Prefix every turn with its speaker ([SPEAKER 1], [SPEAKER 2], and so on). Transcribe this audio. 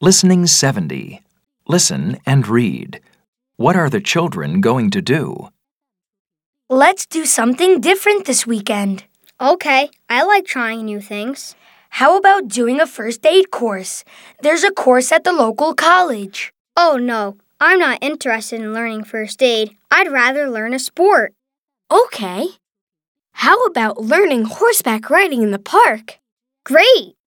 [SPEAKER 1] Listening 70. Listen and read. What are the children going to do?
[SPEAKER 2] Let's do something different this weekend.
[SPEAKER 3] Okay, I like trying new things.
[SPEAKER 2] How about doing a first aid course? There's a course at the local college.
[SPEAKER 3] Oh no, I'm not interested in learning first aid. I'd rather learn a sport.
[SPEAKER 4] Okay. How about learning horseback riding in the park?
[SPEAKER 3] Great!